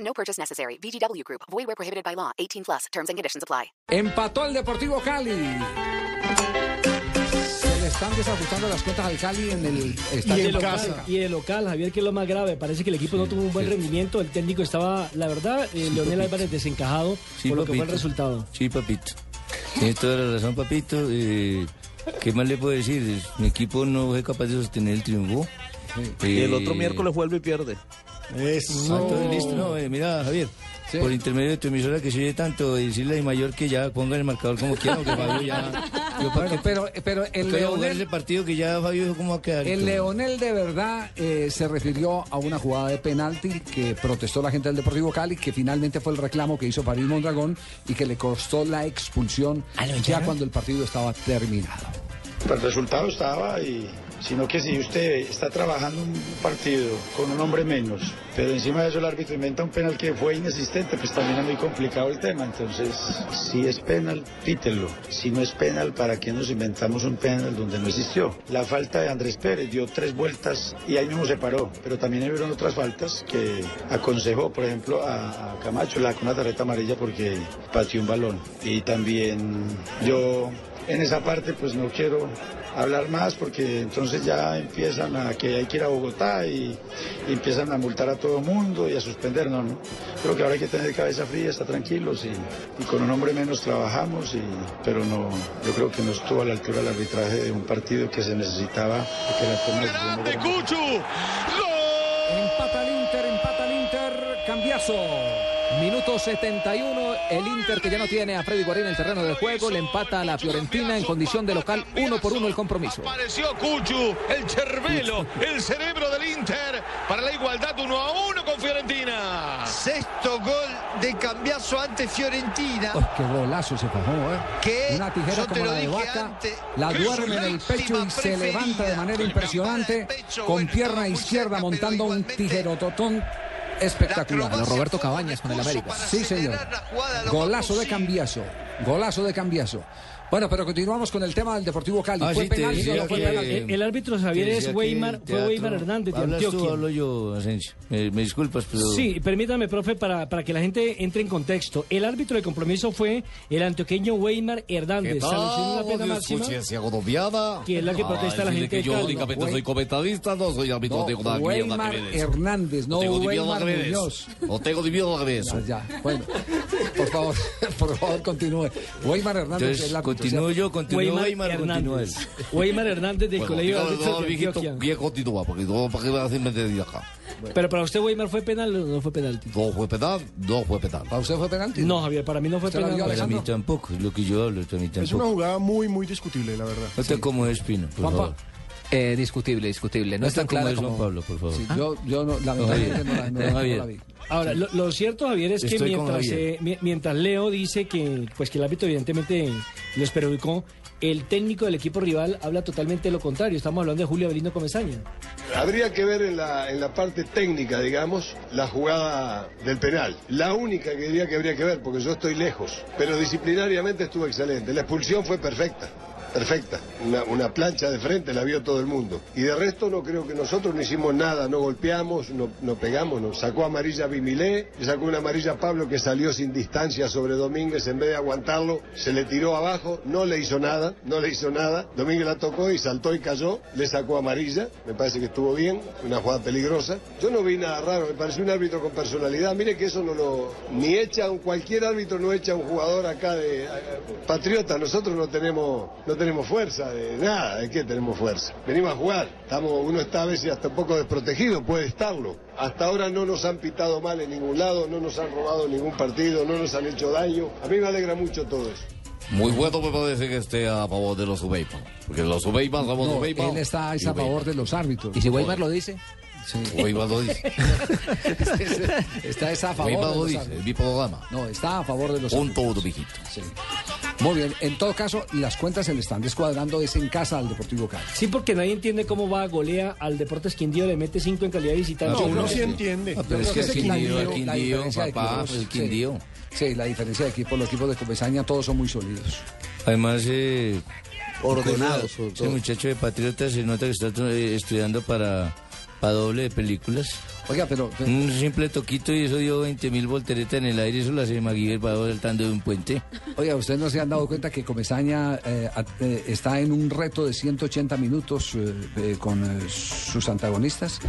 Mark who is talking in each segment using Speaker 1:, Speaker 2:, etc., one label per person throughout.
Speaker 1: No purchase necessary. VGW Group. Void where prohibited by law. 18 plus. Terms and conditions apply.
Speaker 2: Empató el Deportivo Cali. Se le están desajustando las cuentas al Cali en el estadio
Speaker 3: Y de,
Speaker 2: Cali.
Speaker 3: local, y de local, Javier, que es lo más grave. Parece que el equipo no tuvo un buen rendimiento. El técnico estaba, la verdad, eh, Leonel Álvarez desencajado
Speaker 4: Sí,
Speaker 3: por lo que
Speaker 4: papito.
Speaker 3: fue el resultado.
Speaker 4: Sí, papito. Tienes toda la razón, papito. Eh, ¿Qué más le puedo decir? Mi equipo no fue capaz de sostener el triunfo.
Speaker 5: Y
Speaker 4: Eh,
Speaker 5: el otro miércoles vuelve y pierde.
Speaker 4: ah, entonces, listo. No, eh, mira, Javier.
Speaker 2: Sí.
Speaker 4: Por intermedio de tu emisora que se oye tanto, y decirle a mayor que ya pongan el marcador como quieran, que Fabio ya. Yo para
Speaker 2: Bueno,
Speaker 4: qué
Speaker 2: pero, pero el
Speaker 4: quiero jugar
Speaker 2: Leonel,
Speaker 4: ese partido que ya Fabio dijo cómo va a quedar.
Speaker 2: el Leonel de verdad eh, se refirió a una jugada de penalti que protestó la gente del Deportivo Cali, que finalmente fue el reclamo que hizo París Mondragón y que le costó la expulsión ya cuando el partido estaba terminado.
Speaker 6: Pero pues, el resultado estaba y sino que si usted está trabajando un partido con un hombre menos, pero encima de eso el árbitro inventa un penal que fue inexistente, pues también es muy complicado el tema. Entonces, si es penal, pítelo. Si no es penal, ¿para qué nos inventamos un penal donde no existió? La falta de Andrés Pérez dio tres vueltas y ahí mismo se paró, pero también hubieron otras faltas que aconsejó, por ejemplo, a, a Camacho la, con una tarjeta amarilla porque pateó un balón. Y también yo en esa parte pues no quiero hablar más porque entonces ya empiezan a que hay que ir a Bogotá y, y empiezan a multar a todo mundo y a suspendernos. ¿no? Creo que ahora hay que tener cabeza fría, estar tranquilos y, y con un hombre menos trabajamos, y, pero no, yo creo que no estuvo a la altura el arbitraje de un partido que se necesitaba y que la toma de decisión no era-
Speaker 2: Empata el Inter, empata el Inter, cambiazo. Minuto 71, el Inter que ya no tiene a Freddy Guarín en el terreno de juego, le empata a la Fiorentina en condición de local, uno por uno el compromiso.
Speaker 7: Apareció Cuchu, el cervelo, el cerebro del Inter para la igualdad 1 a 1 con Fiorentina.
Speaker 8: Sexto gol de cambiazo ante Fiorentina.
Speaker 2: Oh, qué golazo se fajó, ¿eh?
Speaker 8: ¿Qué?
Speaker 2: Una tijera
Speaker 8: Yo te
Speaker 2: como
Speaker 8: lo
Speaker 2: la de
Speaker 8: dije
Speaker 2: Vaca,
Speaker 8: antes.
Speaker 2: la
Speaker 8: Que
Speaker 2: duerme
Speaker 8: su
Speaker 2: en el pecho y
Speaker 8: lástima
Speaker 2: se levanta de
Speaker 8: preferida.
Speaker 2: manera
Speaker 8: Pero
Speaker 2: impresionante,
Speaker 8: campana de pecho,
Speaker 2: con
Speaker 8: bueno,
Speaker 2: pierna
Speaker 8: estaba muy
Speaker 2: izquierda
Speaker 8: cerca, pero
Speaker 2: montando un
Speaker 8: igualmente
Speaker 2: tijerototón
Speaker 8: la
Speaker 2: espectacular.
Speaker 8: acrobacia
Speaker 2: Roberto
Speaker 8: fue un
Speaker 2: Cabañas con el
Speaker 8: recurso
Speaker 2: América.
Speaker 8: para
Speaker 2: Sí, señor.
Speaker 8: acelerar la jugada lo más
Speaker 2: Golazo de
Speaker 8: posible.
Speaker 2: cambiazo, golazo de cambiazo. Bueno, pero continuamos con el tema del Deportivo Cali.
Speaker 4: Ah,
Speaker 2: ¿Fue
Speaker 4: sí, te
Speaker 2: penalti o
Speaker 4: decía
Speaker 2: no fue
Speaker 4: que-
Speaker 2: penalti?
Speaker 3: El- el árbitro Javier
Speaker 4: Te
Speaker 3: es
Speaker 4: decía que
Speaker 3: Weimar-
Speaker 4: el
Speaker 3: fue Weimar Hernández de
Speaker 4: hablas tú,
Speaker 3: Antioquia.
Speaker 4: hablo yo, Asensio. Eh, me disculpas, pero...
Speaker 3: Sí, permítame, profe, para, para que la gente entre en contexto. El árbitro de compromiso fue el antioqueño Weimar Hernández. Sancionó una pena máxima, que es la que protesta la gente de Cali.
Speaker 2: Wei-
Speaker 7: comentarista, no soy árbitro
Speaker 2: No, Weimar Hernández, no Weimar Muñoz.
Speaker 7: No tengo dividido al revés.
Speaker 2: Ah, ya, bueno. Por favor, por favor, continúe. Weimar Hernández es
Speaker 4: Entonces,
Speaker 2: la
Speaker 4: continúo yo, continúo
Speaker 3: Weimar
Speaker 4: Weimar, continúo él.
Speaker 3: Hernández. Weimar Hernández del Colegio de Árbitros de Antioquia.
Speaker 7: ¿quién continúa? Porque no, ¿para qué me hacen meter de acá?
Speaker 3: Pero para usted Weimar fue penal o no fue penalti.
Speaker 7: No fue pedal, no fue pedal.
Speaker 2: ¿Para usted fue penalti?
Speaker 3: Ah, No, Javier, para mí no fue
Speaker 2: ¿Usted la
Speaker 3: penal.
Speaker 2: vio,
Speaker 4: Para mí
Speaker 2: Alejandro?
Speaker 4: tampoco, es lo que yo hablo, para mí tampoco.
Speaker 9: jugada muy, muy discutible, la verdad.
Speaker 4: No te como espino, por
Speaker 2: Juanpa.
Speaker 4: favor.
Speaker 10: Eh, discutible, discutible.
Speaker 4: No Ah.
Speaker 10: No
Speaker 4: es tan
Speaker 10: está
Speaker 4: como
Speaker 10: clara
Speaker 4: es Juan
Speaker 10: como...
Speaker 4: Pablo, por favor.
Speaker 2: Sí, yo, yo no, lamentablemente no, la- no la-
Speaker 4: Don
Speaker 2: no
Speaker 4: Javier.
Speaker 2: la vi.
Speaker 3: Ahora, lo, lo cierto, Javier, es que
Speaker 4: Estoy con
Speaker 3: mientras,
Speaker 4: Javier.
Speaker 3: eh, mi- mientras Leo dice que, pues, que el árbitro evidentemente les perjudicó, el técnico del equipo rival habla totalmente lo contrario. Estamos hablando de Julio Avelino Comesaña.
Speaker 7: Habría que ver en la, en la parte técnica, digamos, la jugada del penal. La única que diría que habría que ver, porque yo estoy lejos. Pero disciplinariamente estuvo excelente. La expulsión fue perfecta. Perfecta. Una, una plancha de frente la vio todo el mundo. Y de resto no creo que nosotros no hicimos nada, no golpeamos, no, no pegamos, no. Sacó amarilla Bimilé, y sacó una amarilla Pablo que salió sin distancia sobre Domínguez en vez de aguantarlo, se le tiró abajo, no le hizo nada, no le hizo nada. Domínguez la tocó y saltó y cayó, le sacó amarilla, me parece que estuvo bien, una jugada peligrosa. Yo no vi nada raro, me pareció un árbitro con personalidad, mire que eso no lo... Ni echa un, cualquier árbitro no echa a un jugador acá de... Patriota, nosotros no tenemos, no tenemos fuerza de nada, ¿de qué tenemos fuerza? Venimos a jugar, estamos, uno está a veces hasta un poco desprotegido, puede estarlo. Hasta ahora no nos han pitado mal en ningún lado, no nos han robado ningún partido, no nos han hecho daño. A mí me alegra mucho todo eso. Muy bueno me parece que esté a favor de los Ubeipa, porque los Ubeipa somos
Speaker 2: No, él está es a favor de los árbitros.
Speaker 10: ¿Y si Weimar lo dice?
Speaker 4: Hoy va Dodis.
Speaker 2: Está es a favor
Speaker 4: Hoy va
Speaker 2: de los
Speaker 4: Dodis,
Speaker 2: árbitros.
Speaker 4: el bipodogama.
Speaker 2: No, está a favor de los
Speaker 4: Un todo,
Speaker 2: árbitros.
Speaker 4: mijito.
Speaker 2: Sí. Muy bien, en todo caso, las cuentas se le están descuadrando es en casa al Deportivo Cali.
Speaker 3: Sí, porque nadie entiende cómo va, golea al Deportes Quindío, le mete 5 en calidad de visitante.
Speaker 4: No,
Speaker 3: Yo
Speaker 4: uno
Speaker 3: creo que
Speaker 4: sí
Speaker 11: entiende.
Speaker 4: Ah, pero es que
Speaker 2: Creo
Speaker 4: el
Speaker 2: sí, la
Speaker 4: Quindío, el
Speaker 2: diferencia- la
Speaker 4: Quindío,
Speaker 2: diferencia de
Speaker 4: papá, pues
Speaker 2: equipos,
Speaker 4: el
Speaker 2: sí.
Speaker 4: Quindío.
Speaker 2: Sí, la diferencia de equipos, los equipos de Comesaña, todos son muy sólidos.
Speaker 4: Además, eh,
Speaker 2: Ordenados,
Speaker 4: ese-
Speaker 2: sobre
Speaker 4: Ese
Speaker 2: todo.
Speaker 4: muchacho de Patriota se nota que está eh, estudiando para, para doble de películas.
Speaker 2: Oiga, pero.
Speaker 4: Un simple toquito y eso dio 20.000 mil volteretas en el aire. Eso la hace McGuire va saltando de un puente.
Speaker 2: Oiga, ¿ustedes no se han dado cuenta que Comesaña eh, at- eh, está en un reto de 180 minutos eh, eh, con eh, sus antagonistas?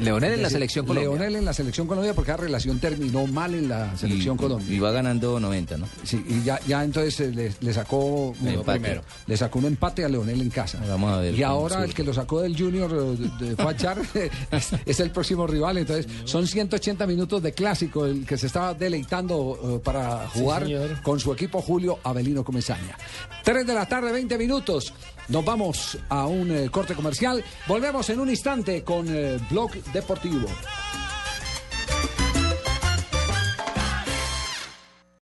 Speaker 10: Leonel en la
Speaker 2: Es decir,
Speaker 10: selección Colombia.
Speaker 2: Leonel en la selección Colombia porque la relación terminó mal en la selección
Speaker 4: Y-
Speaker 2: Colombia.
Speaker 4: Y va ganando 90, ¿no?
Speaker 2: Sí, y ya, ya entonces eh, le, le sacó
Speaker 4: El empate. Primero.
Speaker 2: le sacó un empate a Leonel en casa.
Speaker 4: Vamos a ver
Speaker 2: y
Speaker 4: cómo
Speaker 2: ahora el
Speaker 4: surge.
Speaker 2: que lo sacó del Junior eh, de, de Juan Char, es, es el próximo rival. Entonces son 180 minutos de clásico el que se estaba deleitando eh, para
Speaker 3: Sí,
Speaker 2: jugar
Speaker 3: señor.
Speaker 2: con su equipo Julio Avelino Comesaña. 3 de la tarde, 20 minutos. Nos vamos a un eh, corte comercial. Volvemos en un instante con eh, Blog Deportivo.